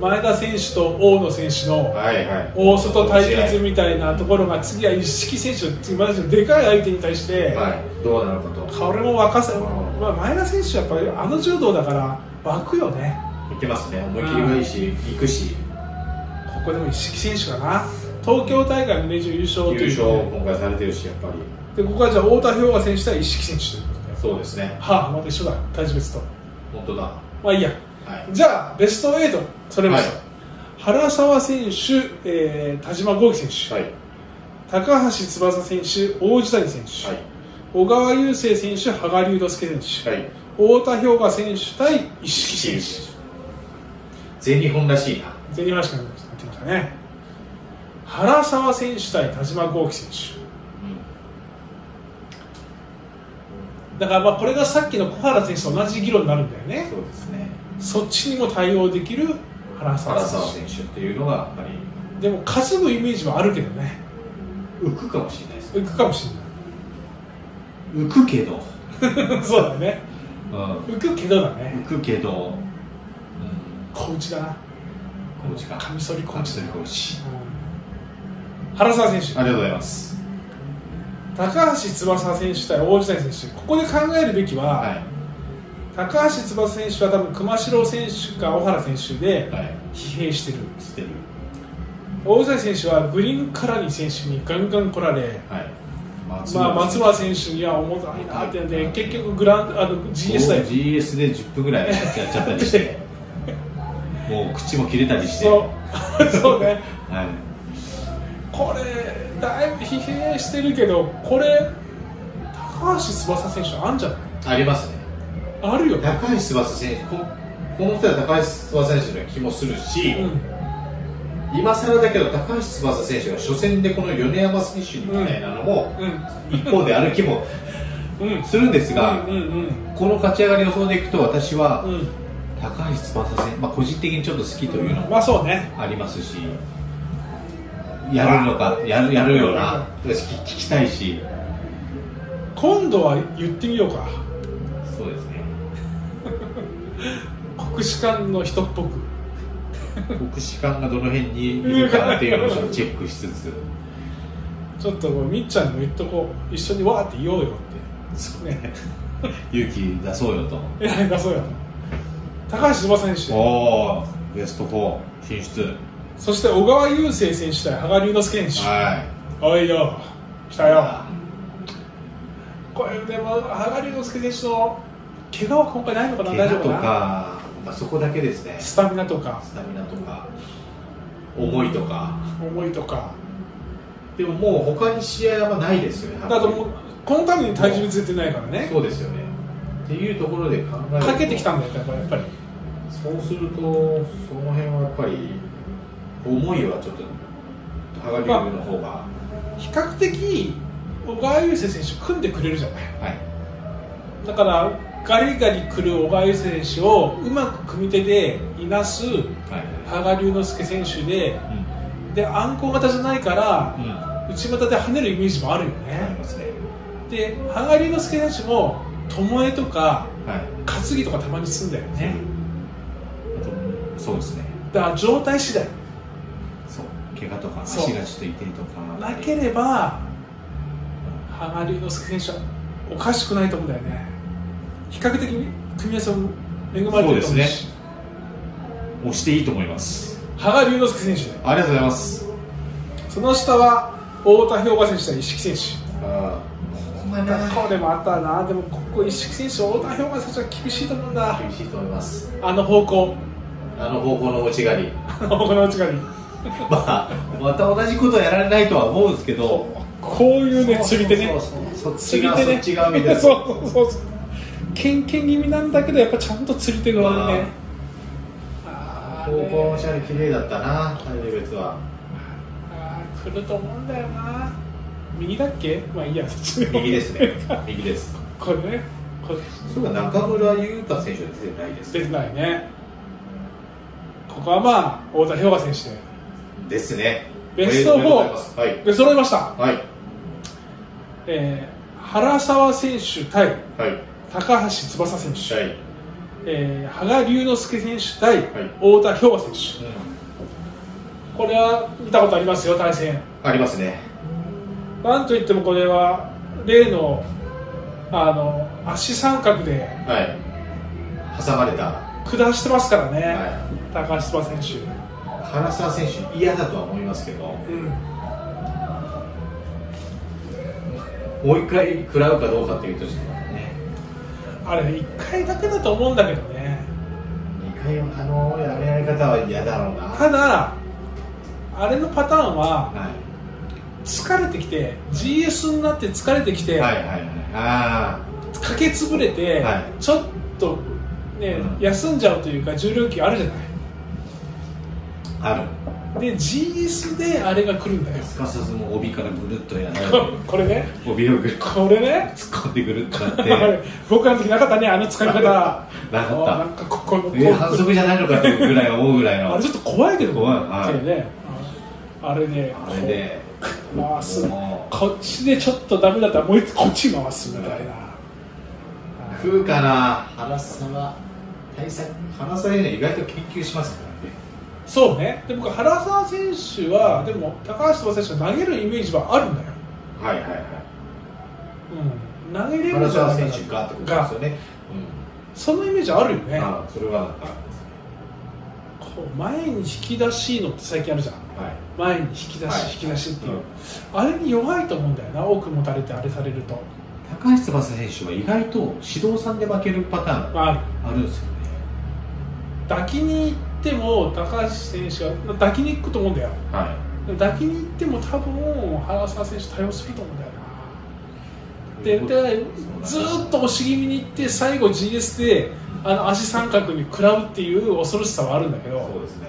[SPEAKER 1] 前田選手と大野選手の
[SPEAKER 2] はいはい
[SPEAKER 1] 大外対決みたいなところが次は一色選手っていうまででかい相手に対して、
[SPEAKER 2] はいどうなのかと
[SPEAKER 1] これも若さ、
[SPEAKER 2] うん
[SPEAKER 1] まあ、前田選手はやっぱりあの柔道だから湧くよね
[SPEAKER 2] 行ってますね思い切りがいいし行くし
[SPEAKER 1] ここでも一色選手かな東京大会の年中優勝と
[SPEAKER 2] 優
[SPEAKER 1] いう
[SPEAKER 2] 勝
[SPEAKER 1] こ
[SPEAKER 2] 今回されてるしやっぱり
[SPEAKER 1] とででここはじゃあ太田氷河選手対一色選手ということで
[SPEAKER 2] そうですね
[SPEAKER 1] はあまた一緒だ体重別と
[SPEAKER 2] 本当だは
[SPEAKER 1] まあいいや
[SPEAKER 2] い
[SPEAKER 1] じゃあベスト8それました、
[SPEAKER 2] はい
[SPEAKER 1] 原沢選手、えー田島豪輝選手、
[SPEAKER 2] はいはい
[SPEAKER 1] 高橋翼選手大内谷選手、小川雄生選手、羽賀龍之介選手、
[SPEAKER 2] はい
[SPEAKER 1] 太田氷河選手対一色選手、
[SPEAKER 2] 全日本らしいな
[SPEAKER 1] 全日本しかなくなってきましたね、原沢選手対田島豪輝選手、だからまあこれがさっきの小原選手と同じ議論になるんだよね、
[SPEAKER 2] そうですね
[SPEAKER 1] そっちにも対応できる原沢
[SPEAKER 2] 原
[SPEAKER 1] 選
[SPEAKER 2] 沢
[SPEAKER 1] 手、
[SPEAKER 2] 選手っていうのがやっぱり
[SPEAKER 1] でも担ぐイメージはあるけどね、
[SPEAKER 2] 浮くかもしれないです
[SPEAKER 1] 浮くかもし
[SPEAKER 2] 浮くけど、
[SPEAKER 1] れ ない、そうだね、
[SPEAKER 2] うん、
[SPEAKER 1] 浮くけどだね
[SPEAKER 2] 浮、くけど、うん、
[SPEAKER 1] 小内だな、
[SPEAKER 2] この時間
[SPEAKER 1] カミソリ小
[SPEAKER 2] 感
[SPEAKER 1] 内
[SPEAKER 2] じ
[SPEAKER 1] だ
[SPEAKER 2] て
[SPEAKER 1] な
[SPEAKER 2] るかもし
[SPEAKER 1] うん原沢選手。
[SPEAKER 2] ありがとうございます
[SPEAKER 1] 高橋翼選手対大内谷選手、ここで考えるべきは、
[SPEAKER 2] は
[SPEAKER 1] 高橋翼選手は多分熊代選手か小原選手
[SPEAKER 2] い
[SPEAKER 1] で
[SPEAKER 2] はい
[SPEAKER 1] 疲弊してる、
[SPEAKER 2] 捨てる
[SPEAKER 1] 大内選手はグリーンカラニ選手にガンガン来られ、
[SPEAKER 2] はい松
[SPEAKER 1] まあ、松
[SPEAKER 2] 村
[SPEAKER 1] 村選手には重たいなってんで、
[SPEAKER 2] はい
[SPEAKER 1] 結局グランあの GS だよ、
[SPEAKER 2] GS で10分ぐらいやっちゃったりして もう口も切れたりして
[SPEAKER 1] そうそう ね、
[SPEAKER 2] はい
[SPEAKER 1] これ、だいぶ疲弊してるけど、これ、高橋翼選手、あんじゃない
[SPEAKER 2] ありますね
[SPEAKER 1] あるよ、ね
[SPEAKER 2] 高橋翼選手ここの人は高橋翼選手の気もするし、
[SPEAKER 1] うん、
[SPEAKER 2] 今更だけど高橋翼選手が初戦でこの米山選手にみたいなのも、一方で歩きも
[SPEAKER 1] うん、うん、
[SPEAKER 2] するんですが、
[SPEAKER 1] うん、うん、
[SPEAKER 2] この勝ち上がりを予想でいくと私は、
[SPEAKER 1] うん、
[SPEAKER 2] 高橋翼選手、まあ、個人的にちょっと好きというの
[SPEAKER 1] ま
[SPEAKER 2] も
[SPEAKER 1] あそうね。
[SPEAKER 2] ありますし、やるのかやるやるよな私聞聞きたいし
[SPEAKER 1] 今度は言ってみようか
[SPEAKER 2] そうですね
[SPEAKER 1] 士官の人っぽく
[SPEAKER 2] 国士官がどの辺にいるかっていうのをちょっとチェックしつつ、
[SPEAKER 1] ちょっとこうみっちゃんにも言っとこう一緒にわーって言おうよ
[SPEAKER 2] そ
[SPEAKER 1] っ
[SPEAKER 2] う
[SPEAKER 1] てね
[SPEAKER 2] 勇気出そうよと。
[SPEAKER 1] えなんかそうやと高橋翼選手
[SPEAKER 2] おお、ベスト4進出。
[SPEAKER 1] そして小川雄生選手対羽賀龍之介選
[SPEAKER 2] は
[SPEAKER 1] 手おいよ来た
[SPEAKER 2] い。
[SPEAKER 1] よこれでも羽賀龍之介選手の怪我は今回ないのかな
[SPEAKER 2] 怪
[SPEAKER 1] 大丈
[SPEAKER 2] 我
[SPEAKER 1] 夫
[SPEAKER 2] と
[SPEAKER 1] かな
[SPEAKER 2] か、まあ、そこだけですね。
[SPEAKER 1] スタミナとか
[SPEAKER 2] スタミナとか、思いとか。
[SPEAKER 1] 思いとか
[SPEAKER 2] でももう他に試合はないですよね。
[SPEAKER 1] だともうこのために体重ついてないからね
[SPEAKER 2] そうですよね。っていうところで考えると
[SPEAKER 1] かけてきたんだよやっぱり
[SPEAKER 2] そうすると、その辺はやっぱり、思いはちょっと、ハガリウムの方が、
[SPEAKER 1] 比較的小川雄生選手組んでくれるじゃない
[SPEAKER 2] はい、
[SPEAKER 1] だからガリガリ来る小川雄生選手をうまく組み手でいなす
[SPEAKER 2] はい、
[SPEAKER 1] 羽賀龍之介選手でで暗行型じゃないから
[SPEAKER 2] うん、うん、あ
[SPEAKER 1] 内股で跳ねるイメージもあるよ
[SPEAKER 2] り
[SPEAKER 1] ね
[SPEAKER 2] ますね。
[SPEAKER 1] で羽賀龍之介選手も巴とか
[SPEAKER 2] はい。
[SPEAKER 1] 担ぎとかたまにすんだよね
[SPEAKER 2] あと、そうですね。
[SPEAKER 1] だから状態次第
[SPEAKER 2] そう、怪我とか、
[SPEAKER 1] そう
[SPEAKER 2] 足がちょっと痛いとか、
[SPEAKER 1] なければ羽賀龍之介選手はおかしくないと思うんだよね比較的に組み合わせも恵まれてると
[SPEAKER 2] そう
[SPEAKER 1] 思う
[SPEAKER 2] で
[SPEAKER 1] し
[SPEAKER 2] す押していいと思います。
[SPEAKER 1] 羽賀龍之介選手だよ
[SPEAKER 2] ありがとうございます。
[SPEAKER 1] その下は太田氷河選手対一色選手
[SPEAKER 2] あここがね
[SPEAKER 1] これもあったなでもここ一色選手太田氷河選手は厳しいと思うんだ
[SPEAKER 2] 厳しいと思います。
[SPEAKER 1] あの方向
[SPEAKER 2] あの方向の持ち狩り。
[SPEAKER 1] あの方向の内側に
[SPEAKER 2] まあ、また同じことはやられないとは思うんですけど、
[SPEAKER 1] こういうね釣り手ね
[SPEAKER 2] そうそうそうそっち
[SPEAKER 1] 釣り
[SPEAKER 2] が、
[SPEAKER 1] 手
[SPEAKER 2] そ
[SPEAKER 1] ね
[SPEAKER 2] っちがみたいな。
[SPEAKER 1] そうそうそうケンケン気味なんだけどやっぱちゃんと釣り手側にねあー
[SPEAKER 2] 高校のシャリ綺麗だったな、体重別は。
[SPEAKER 1] あー来ると思うんだよな右だっけまあいいやそっちの
[SPEAKER 2] 右です ね。右です。
[SPEAKER 1] これねこれ
[SPEAKER 2] そうか、中村優太選手は出てないです
[SPEAKER 1] 出
[SPEAKER 2] ね。
[SPEAKER 1] てないねここはまあ太田氷河選手で
[SPEAKER 2] ですね。
[SPEAKER 1] ベスト
[SPEAKER 2] おめでとうございますはい。
[SPEAKER 1] で揃いました、
[SPEAKER 2] はい。
[SPEAKER 1] えー原沢選手対
[SPEAKER 2] はい。
[SPEAKER 1] 高橋翼選手、
[SPEAKER 2] はい。
[SPEAKER 1] えー羽賀龍之介選手対
[SPEAKER 2] はい
[SPEAKER 1] 太田氷河選手これは見たことありますよ対戦
[SPEAKER 2] ありますね。
[SPEAKER 1] なんといってもこれは例のあの足三角で
[SPEAKER 2] はい。挟まれた。
[SPEAKER 1] 下してますからね、
[SPEAKER 2] はい。
[SPEAKER 1] 高橋翼選
[SPEAKER 2] 原沢選手、嫌だとは思いますけど、
[SPEAKER 1] 手、うん、
[SPEAKER 2] もう一回食らうかどうかっていうと、ちょっとね、
[SPEAKER 1] あれ1回だけだと思うんだけどね
[SPEAKER 2] 2回はあのやられ方は嫌だろうな。
[SPEAKER 1] ただあれのパターンは
[SPEAKER 2] は
[SPEAKER 1] 疲れてきて GS になって疲れてき
[SPEAKER 2] い。
[SPEAKER 1] て、
[SPEAKER 2] はいはいはい。あ
[SPEAKER 1] かけつぶれて、
[SPEAKER 2] はい
[SPEAKER 1] ちょっとね、
[SPEAKER 2] うん
[SPEAKER 1] 休んじゃうというか重量級あるじゃない
[SPEAKER 2] あ、ある。
[SPEAKER 1] で GS であれが来るんだよ
[SPEAKER 2] すかさずもう帯からぐるっとやられて
[SPEAKER 1] ここれね
[SPEAKER 2] 帯をぐるっと
[SPEAKER 1] これね
[SPEAKER 2] 突っ込んでぐるっと なって
[SPEAKER 1] 僕らの時なかったねあの使い方
[SPEAKER 2] な
[SPEAKER 1] あーな
[SPEAKER 2] か
[SPEAKER 1] んかこここ
[SPEAKER 2] ったえ反則じゃないのかっていうぐらい思うぐらい
[SPEAKER 1] あ
[SPEAKER 2] の
[SPEAKER 1] れちょっと怖いけど
[SPEAKER 2] 怖いは
[SPEAKER 1] け
[SPEAKER 2] い
[SPEAKER 1] どねあれね
[SPEAKER 2] あれで
[SPEAKER 1] こう回す
[SPEAKER 2] も
[SPEAKER 1] こっちでちょっとダメだったらもう一つこっち回すみたいな、
[SPEAKER 2] う食うかな原沢対策原沢ね意外と研究しますから
[SPEAKER 1] そうねで僕原沢選手はでも高橋選手は投げるイメージはあるんだよ
[SPEAKER 2] ねはいはいは
[SPEAKER 1] うん投げれ
[SPEAKER 2] い
[SPEAKER 1] る
[SPEAKER 2] 原
[SPEAKER 1] じゃな
[SPEAKER 2] 沢
[SPEAKER 1] いか
[SPEAKER 2] 選
[SPEAKER 1] な
[SPEAKER 2] 手かってことですよね
[SPEAKER 1] そのイメージあるよ
[SPEAKER 2] う
[SPEAKER 1] ね
[SPEAKER 2] んあそれはなんか
[SPEAKER 1] こう前に引き出しのって最近あるじゃん
[SPEAKER 2] はい
[SPEAKER 1] 前に引き出し、
[SPEAKER 2] はい
[SPEAKER 1] 引き出しっていう、
[SPEAKER 2] うん
[SPEAKER 1] あれに弱いと思うんだよな多く持たれてあれされると
[SPEAKER 2] 高橋翼選手は意外と指導さんで負けるパターン
[SPEAKER 1] まあある
[SPEAKER 2] あるんですよね
[SPEAKER 1] 抱きに行っても高橋選手が抱きに行くと思うんだよ
[SPEAKER 2] は
[SPEAKER 1] でも抱きに行っても多分原沢選手対応すると思うんだよないででずーっと押し気味に行って最後 GS であの足三角に食らうっていう恐ろしさはあるんだけ
[SPEAKER 2] そ
[SPEAKER 1] ど
[SPEAKER 2] うですね。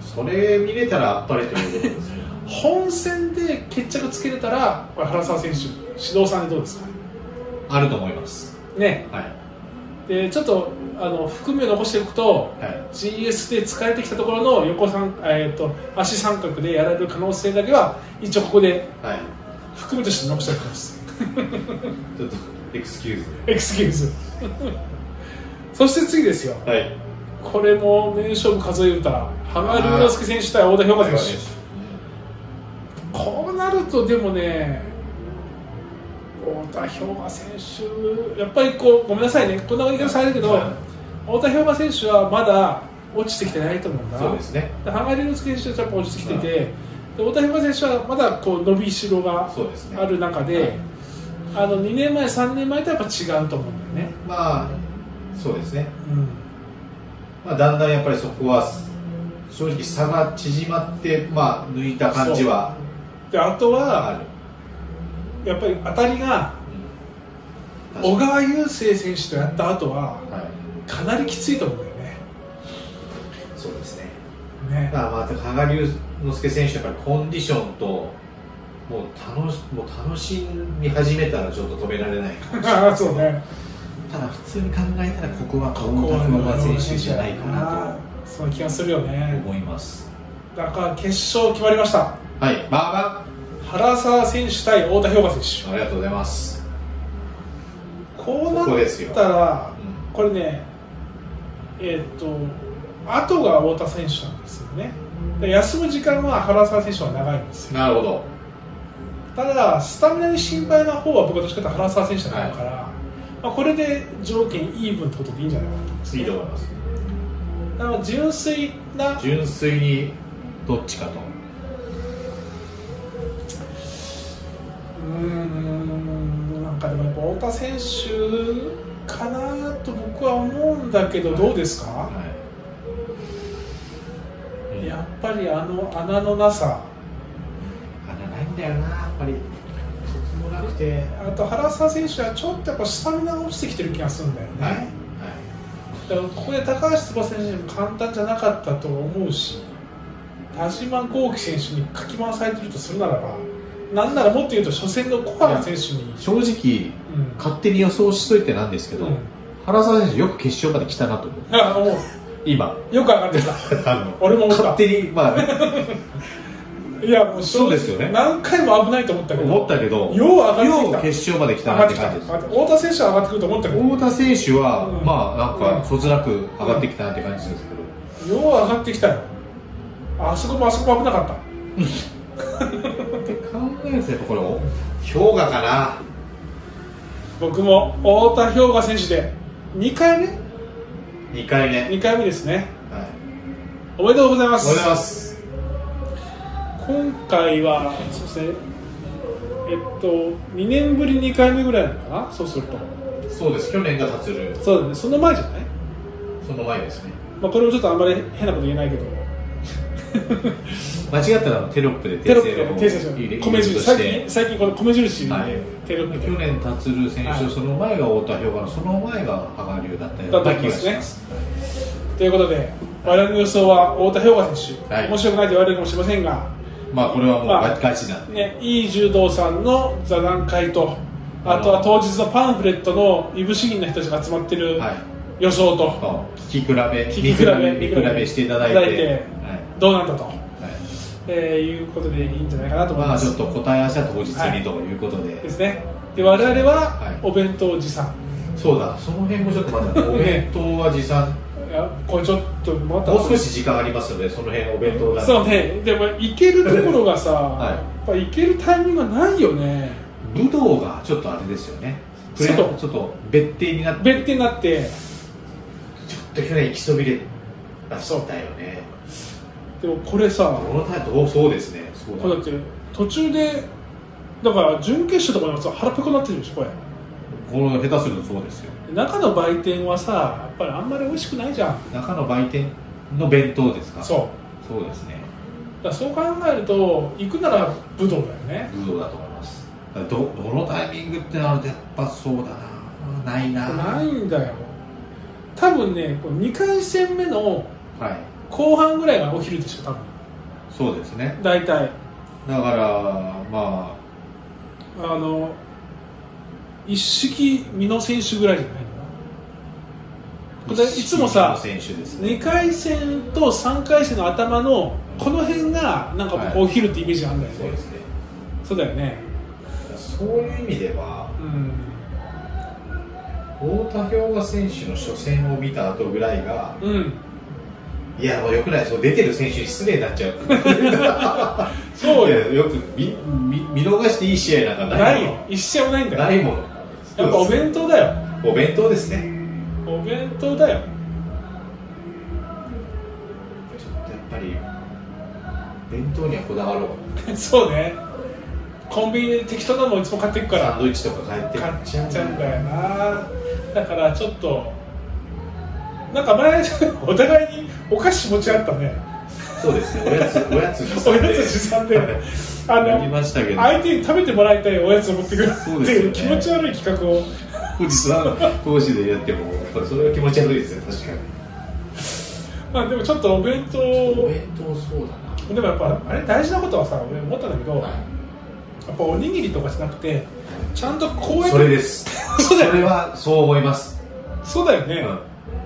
[SPEAKER 2] それ見れたらあっぱれということですね。
[SPEAKER 1] 本戦で決着つけれたらこれ原沢選手指導さんでどうですか
[SPEAKER 2] あると思います。
[SPEAKER 1] ね
[SPEAKER 2] はい。
[SPEAKER 1] でちょっとあの含みを残しておくと
[SPEAKER 2] はい。
[SPEAKER 1] GS で疲れてきたところの横三、えー、と足三角でやられる可能性だけは一応ここで
[SPEAKER 2] はい。
[SPEAKER 1] 含みとして残しておきます
[SPEAKER 2] ちょっと、エクスキューズ。
[SPEAKER 1] エクスキューズ そして次ですよ
[SPEAKER 2] はい。
[SPEAKER 1] これも名勝負数え歌浜田龍之介選手対太田氷河選手こうなるとでもね太田氷河選手やっぱりこうごめんなさいねこんな言い方されるけど、
[SPEAKER 2] は
[SPEAKER 1] 太田氷河選手はまだ落ちてきてないと思うんだ
[SPEAKER 2] そうですね。
[SPEAKER 1] で浜田龍之介選手はやっぱ落ちてきてて、で太田氷河選手はまだこう伸びしろが
[SPEAKER 2] そうですね。
[SPEAKER 1] ある中で、
[SPEAKER 2] はい
[SPEAKER 1] あの2年前3年前とやっぱ違うと思うんだよね、
[SPEAKER 2] まあ、そうですね。
[SPEAKER 1] うん
[SPEAKER 2] まあ、だんだんやっぱりそこは、正直差が縮まって、まあ、抜いた感じは
[SPEAKER 1] であと
[SPEAKER 2] あ
[SPEAKER 1] は
[SPEAKER 2] る。
[SPEAKER 1] やっぱり当たりが
[SPEAKER 2] うん
[SPEAKER 1] 小川雄星選手とやった後は
[SPEAKER 2] はい。
[SPEAKER 1] かなりきついと思うんだよね
[SPEAKER 2] そうですね。
[SPEAKER 1] ね
[SPEAKER 2] だからまあ、羽賀龍之介選手やっぱりコンディションと、もう楽しもう楽しみ始めたらちょっと止められないか もしれな
[SPEAKER 1] あ
[SPEAKER 2] い
[SPEAKER 1] あそうね
[SPEAKER 2] ただ普通に考えたらここは
[SPEAKER 1] こ
[SPEAKER 2] 小
[SPEAKER 1] こは
[SPEAKER 2] 田熊川選手じゃないかな
[SPEAKER 1] その気がするよ
[SPEAKER 2] と
[SPEAKER 1] ね
[SPEAKER 2] 思います
[SPEAKER 1] だから決勝決まりました
[SPEAKER 2] はいまあま
[SPEAKER 1] 原沢選手対太田氷河選
[SPEAKER 2] あありがとうございます、
[SPEAKER 1] 手こうな
[SPEAKER 2] ここ
[SPEAKER 1] っ
[SPEAKER 2] ですよ
[SPEAKER 1] たら
[SPEAKER 2] うん
[SPEAKER 1] これねえーっと後が太田選手なんですよねで休む時間は原沢選手は長いんですよ
[SPEAKER 2] なるほど
[SPEAKER 1] ただスタミナに心配な方は僕はどっちかというと原沢選手だから、まあ、これで条件イーブンってことでいいんじゃないかなと思います、
[SPEAKER 2] いいと思います
[SPEAKER 1] あの純粋な
[SPEAKER 2] 純粋にどっちかと
[SPEAKER 1] うーんなんかでもやっぱ太田選手かなと僕は思うんだけどどうですか
[SPEAKER 2] はいうん
[SPEAKER 1] やっぱりあの穴のなさ
[SPEAKER 2] 穴ないんだよなやっぱりそつもなくて
[SPEAKER 1] あと原沢選手はちょっとやっぱスタミナが落ちてきてる気がするんだよね、
[SPEAKER 2] はい、はい、
[SPEAKER 1] だからここで高橋翼選手も簡単じゃなかったと思うし田島豪輝選手にかき回されてるとするならばなんならもっと言うと初戦の小原選手に、
[SPEAKER 2] 正直
[SPEAKER 1] うん
[SPEAKER 2] 勝手に予想しといてなんですけど、
[SPEAKER 1] うん
[SPEAKER 2] 原沢選手よく決勝まで来たなと思う
[SPEAKER 1] あも
[SPEAKER 2] 今
[SPEAKER 1] うよく上がってきた
[SPEAKER 2] あの
[SPEAKER 1] 俺も思った
[SPEAKER 2] 勝手にまあ
[SPEAKER 1] いやもう
[SPEAKER 2] そうですよね
[SPEAKER 1] 何回も危ないと思ったけど
[SPEAKER 2] 思ったけど、
[SPEAKER 1] よう上がってきた
[SPEAKER 2] よう決勝まで来
[SPEAKER 1] 上
[SPEAKER 2] た
[SPEAKER 1] が
[SPEAKER 2] な
[SPEAKER 1] っ
[SPEAKER 2] って
[SPEAKER 1] き
[SPEAKER 2] て
[SPEAKER 1] た
[SPEAKER 2] 感じです。
[SPEAKER 1] 太田選手は上がってくると思ったけどよ
[SPEAKER 2] 太田選手は、
[SPEAKER 1] うん
[SPEAKER 2] まあ、なん
[SPEAKER 1] うん
[SPEAKER 2] か、そつなく上がってきたなって感じですけど、
[SPEAKER 1] う上がってきたよあそこもあそこも危なかった
[SPEAKER 2] で考えると、やっぱこれ、氷河かな、
[SPEAKER 1] 僕も太田氷河選手で2回目
[SPEAKER 2] 2回目。はい、
[SPEAKER 1] 2回目ですね
[SPEAKER 2] お
[SPEAKER 1] おめでとうございま
[SPEAKER 2] はようござい
[SPEAKER 1] す
[SPEAKER 2] ます。
[SPEAKER 1] 今回はそうですねえっと2年ぶり2回目ぐらいなのかなそうすると
[SPEAKER 2] そうです、去年が達る、
[SPEAKER 1] そうだねその前じゃない、
[SPEAKER 2] その前ですね。
[SPEAKER 1] まあ、これもちょっとあんまり変なこと言えないけど
[SPEAKER 2] 間違ったらテロップで
[SPEAKER 1] テロ
[SPEAKER 2] 訂
[SPEAKER 1] ップで
[SPEAKER 2] 正の方を
[SPEAKER 1] 訂正し
[SPEAKER 2] 入れ
[SPEAKER 1] よう
[SPEAKER 2] 入
[SPEAKER 1] 米
[SPEAKER 2] れると
[SPEAKER 1] 印
[SPEAKER 2] し
[SPEAKER 1] 最
[SPEAKER 2] て
[SPEAKER 1] 近、最近これ米印で、
[SPEAKER 2] はい
[SPEAKER 1] テロップで
[SPEAKER 2] 去年達る選手、
[SPEAKER 1] はい
[SPEAKER 2] その前が太田氷河の、その前が羽賀龍だったよ
[SPEAKER 1] だ
[SPEAKER 2] う
[SPEAKER 1] と
[SPEAKER 2] な
[SPEAKER 1] 思いま
[SPEAKER 2] 気が
[SPEAKER 1] す
[SPEAKER 2] し
[SPEAKER 1] ね
[SPEAKER 2] ます。
[SPEAKER 1] ということで我々の予想は太田氷河選手、
[SPEAKER 2] はい
[SPEAKER 1] 面白くないと言われるかもしれませんが
[SPEAKER 2] まあ、これはもう
[SPEAKER 1] まあ
[SPEAKER 2] ガチガチなんで、
[SPEAKER 1] ね、いい柔道さんの座談会と、あとは当日のパンフレットのいぶし銀な人たちが集まってる
[SPEAKER 2] はい。
[SPEAKER 1] 予想と、
[SPEAKER 2] まあ聞き比べ、
[SPEAKER 1] 聞き比べ
[SPEAKER 2] 見比べ見比べしていただいて、
[SPEAKER 1] いただいて
[SPEAKER 2] はい
[SPEAKER 1] どうなんだと、
[SPEAKER 2] はい
[SPEAKER 1] えーいうことでいいんじゃないかなと思い
[SPEAKER 2] ま
[SPEAKER 1] ま
[SPEAKER 2] あ、
[SPEAKER 1] す。
[SPEAKER 2] ちょっと答え合わせは当日
[SPEAKER 1] はい
[SPEAKER 2] にということで、
[SPEAKER 1] ですね。で我々
[SPEAKER 2] は
[SPEAKER 1] はいお弁当持参、
[SPEAKER 2] そうだ、その辺もちょっとまだ、お弁当は持参、
[SPEAKER 1] いやこれちょっとまた
[SPEAKER 2] もう少し時 間ありますので、その辺お弁当だ
[SPEAKER 1] そうねでも行けるところが さ、
[SPEAKER 2] い
[SPEAKER 1] やっぱ行けるタイミングがないよね
[SPEAKER 2] 武道がちょっとあれですよね、これ
[SPEAKER 1] ちょっと
[SPEAKER 2] ちょっと別邸になって、
[SPEAKER 1] 別手になって
[SPEAKER 2] ちょっと去年行きそびれ出したよね、
[SPEAKER 1] でもこれさ
[SPEAKER 2] このタイプ、そうですね、そう
[SPEAKER 1] これだ
[SPEAKER 2] だ
[SPEAKER 1] って途中でだから準決勝とかでもさ腹ペコになってるでしょこれ
[SPEAKER 2] この下手するとそうですよ、
[SPEAKER 1] 中の売店はさやっぱりあんまり美味しくないじゃん
[SPEAKER 2] 中の売店の弁当ですか、
[SPEAKER 1] そう
[SPEAKER 2] そうですね、
[SPEAKER 1] だからそう考えると行くなら武道だよね
[SPEAKER 2] 武道だと思います、だからどどのタイミングってなると、やっぱそうだな、ないな。
[SPEAKER 1] ないんだよ多分ねこう2回戦目の
[SPEAKER 2] はい
[SPEAKER 1] 後半ぐらいがお昼でしょ多分
[SPEAKER 2] そうですね
[SPEAKER 1] 大体
[SPEAKER 2] だからま
[SPEAKER 1] あの一式美濃選手ぐらいじゃないの
[SPEAKER 2] あ
[SPEAKER 1] これいつもさ
[SPEAKER 2] 選手ですね
[SPEAKER 1] 2回戦と3回戦の頭のこの辺がなんか僕
[SPEAKER 2] はい
[SPEAKER 1] お昼ってイメージあるんだよ
[SPEAKER 2] そう
[SPEAKER 1] ね、
[SPEAKER 2] ですね
[SPEAKER 1] そうだよね
[SPEAKER 2] そういう意味では
[SPEAKER 1] うん
[SPEAKER 2] 太田氷河選手の初戦を見た後ぐらいが
[SPEAKER 1] うん
[SPEAKER 2] いや、もうよくない、そう出てる選手に失礼になっちゃう。
[SPEAKER 1] そう
[SPEAKER 2] い
[SPEAKER 1] よ
[SPEAKER 2] やよく見見見逃していい試合なんかな
[SPEAKER 1] ないい
[SPEAKER 2] も
[SPEAKER 1] よ一試合もないん
[SPEAKER 2] ん。
[SPEAKER 1] だよ
[SPEAKER 2] ないもの。
[SPEAKER 1] やっぱお弁当だよ
[SPEAKER 2] お弁当ですね。
[SPEAKER 1] お弁当だよ
[SPEAKER 2] ちょっとやっぱり、弁当にはこだわろう。
[SPEAKER 1] そうねコンビニで適当なのをいつも買っていくか
[SPEAKER 2] サン
[SPEAKER 1] ら
[SPEAKER 2] ドイッチとか買って
[SPEAKER 1] 買っちゃうん
[SPEAKER 2] うな
[SPEAKER 1] だよなだからちょっとなんか前 お互いにお菓子持ち合ったね
[SPEAKER 2] そうですね、おやつ、おやつ持
[SPEAKER 1] お
[SPEAKER 2] 参で
[SPEAKER 1] やつ持参であ
[SPEAKER 2] やり
[SPEAKER 1] の
[SPEAKER 2] ましたけど、
[SPEAKER 1] 相手に食べてもらいたいおやつを持ってくるって
[SPEAKER 2] そうです
[SPEAKER 1] いう
[SPEAKER 2] よね
[SPEAKER 1] 気持ち悪い企画を
[SPEAKER 2] おじさん、当時でやっても、やっぱりそれは気持ち悪いですね、確かに。
[SPEAKER 1] まあでもちょっとお弁当
[SPEAKER 2] お
[SPEAKER 1] で
[SPEAKER 2] 弁当そうだな。
[SPEAKER 1] もやっぱあれ大事なことはさ俺思ったんだけど、
[SPEAKER 2] はい
[SPEAKER 1] やっぱおにぎりとかじゃなくてちゃんとこうや
[SPEAKER 2] そ
[SPEAKER 1] っ
[SPEAKER 2] れ
[SPEAKER 1] て
[SPEAKER 2] です。
[SPEAKER 1] そうだよ
[SPEAKER 2] それはそう思います。
[SPEAKER 1] そうだよね、
[SPEAKER 2] うん。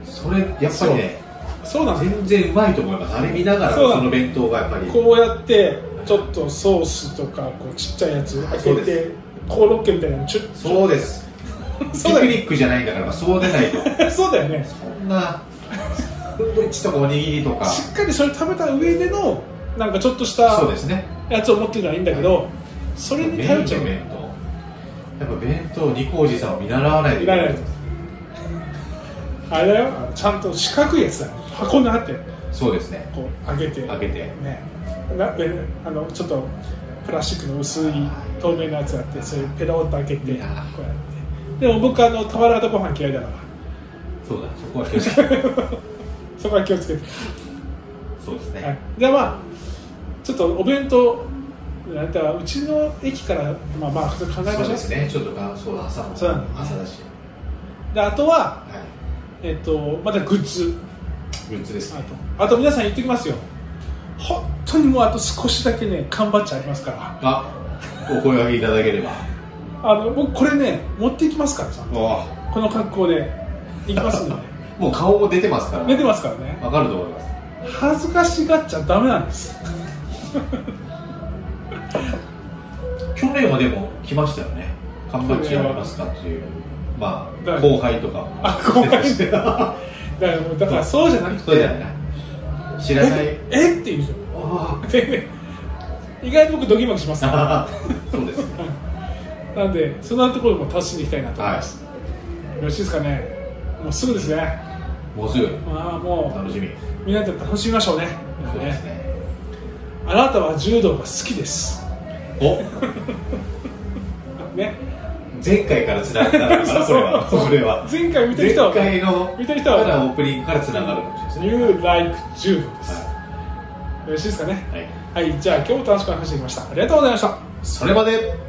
[SPEAKER 2] それやっぱりね、
[SPEAKER 1] そうなんだよ
[SPEAKER 2] 全然うまいと思います。あれ見ながら
[SPEAKER 1] そうだ
[SPEAKER 2] その弁当がやっぱり。
[SPEAKER 1] こうやってちょっとソースとかこうちっちゃいやつ開
[SPEAKER 2] そう
[SPEAKER 1] け
[SPEAKER 2] で
[SPEAKER 1] てコロッケみたいなのチュッ
[SPEAKER 2] そうです。ピ
[SPEAKER 1] そうだ
[SPEAKER 2] ク
[SPEAKER 1] よ
[SPEAKER 2] ニ
[SPEAKER 1] ね
[SPEAKER 2] ックじゃないんだから、そうでないと。
[SPEAKER 1] そうだよね
[SPEAKER 2] そんなサンドイッチとかおにぎりとか。
[SPEAKER 1] しっかりそれ食べた上でのなんかちょっとした
[SPEAKER 2] そうですね。
[SPEAKER 1] やつを持ってるのはいいんだけどそれ
[SPEAKER 2] メイン
[SPEAKER 1] に頼っちゃ
[SPEAKER 2] の
[SPEAKER 1] う
[SPEAKER 2] 弁当。やっぱ弁当ニコおじさんを見習わないと
[SPEAKER 1] いらないあれだよちゃんと四角いやつだよ箱になって
[SPEAKER 2] そうですね。
[SPEAKER 1] こう開けて
[SPEAKER 2] 開けて。
[SPEAKER 1] ねなえあのちょっとプラスチックの薄い透明なやつがあってそれペロッと開けて
[SPEAKER 2] いやー
[SPEAKER 1] こうやってでも僕あの俵型ご飯嫌いだから
[SPEAKER 2] そうだ。そこは気をつ けて。
[SPEAKER 1] そこは気をつけて
[SPEAKER 2] そうです
[SPEAKER 1] はい
[SPEAKER 2] ね。、
[SPEAKER 1] じゃあまあちょっとお弁当なんてうちの駅からまあまあ考えまし
[SPEAKER 2] そう
[SPEAKER 1] ょう
[SPEAKER 2] ですね。ちょっとがそうだ朝も
[SPEAKER 1] そうなんだ
[SPEAKER 2] 朝だし。
[SPEAKER 1] であとは、
[SPEAKER 2] はい。
[SPEAKER 1] えっと、またグッズ
[SPEAKER 2] グッズです
[SPEAKER 1] あ
[SPEAKER 2] ね。
[SPEAKER 1] とあと皆さん言ってきますよ本当にもうあと少しだけね缶バッジありますから
[SPEAKER 2] あ、お声掛けいただければ。
[SPEAKER 1] あの僕これね持っていきますからさこの格好で行きますん でね
[SPEAKER 2] もう顔も出てますから。
[SPEAKER 1] 出てますからね
[SPEAKER 2] わかると思います。
[SPEAKER 1] 恥ずかしがっちゃダメなんです
[SPEAKER 2] 去年はでも来ましたよね。缶バッジありますかっていう。まあ、
[SPEAKER 1] 誰
[SPEAKER 2] 後輩とか。
[SPEAKER 1] あ後輩でだからもうだからそうじゃなくて
[SPEAKER 2] そうじゃない。知らない。
[SPEAKER 1] ええって言うじ
[SPEAKER 2] あ
[SPEAKER 1] ゃんでね意外と僕ドギマギしますから
[SPEAKER 2] あ。 そうですね。
[SPEAKER 1] なんで、そんなところも達しに行きたいなと思います。よろしいですかね。もうすぐですね。
[SPEAKER 2] もうすぐ。
[SPEAKER 1] まあ、も
[SPEAKER 2] 楽しみ。
[SPEAKER 1] う、みんなで楽しみましょうね。
[SPEAKER 2] そうですね。
[SPEAKER 1] あなたは柔道が好きです。
[SPEAKER 2] お
[SPEAKER 1] ね。
[SPEAKER 2] 前回から繋がったのかな、それ は。それは。
[SPEAKER 1] 前回見てる
[SPEAKER 2] 前
[SPEAKER 1] 人は、
[SPEAKER 2] 回の、
[SPEAKER 1] 見てる人は
[SPEAKER 2] まだオープニングから繋がるかもしれないで
[SPEAKER 1] You like 柔道ですす。
[SPEAKER 2] ね。
[SPEAKER 1] よろしいですかね。
[SPEAKER 2] はい。はい
[SPEAKER 1] はい、じゃあ今日も楽しく話してきました。ありがとうございました。
[SPEAKER 2] それまで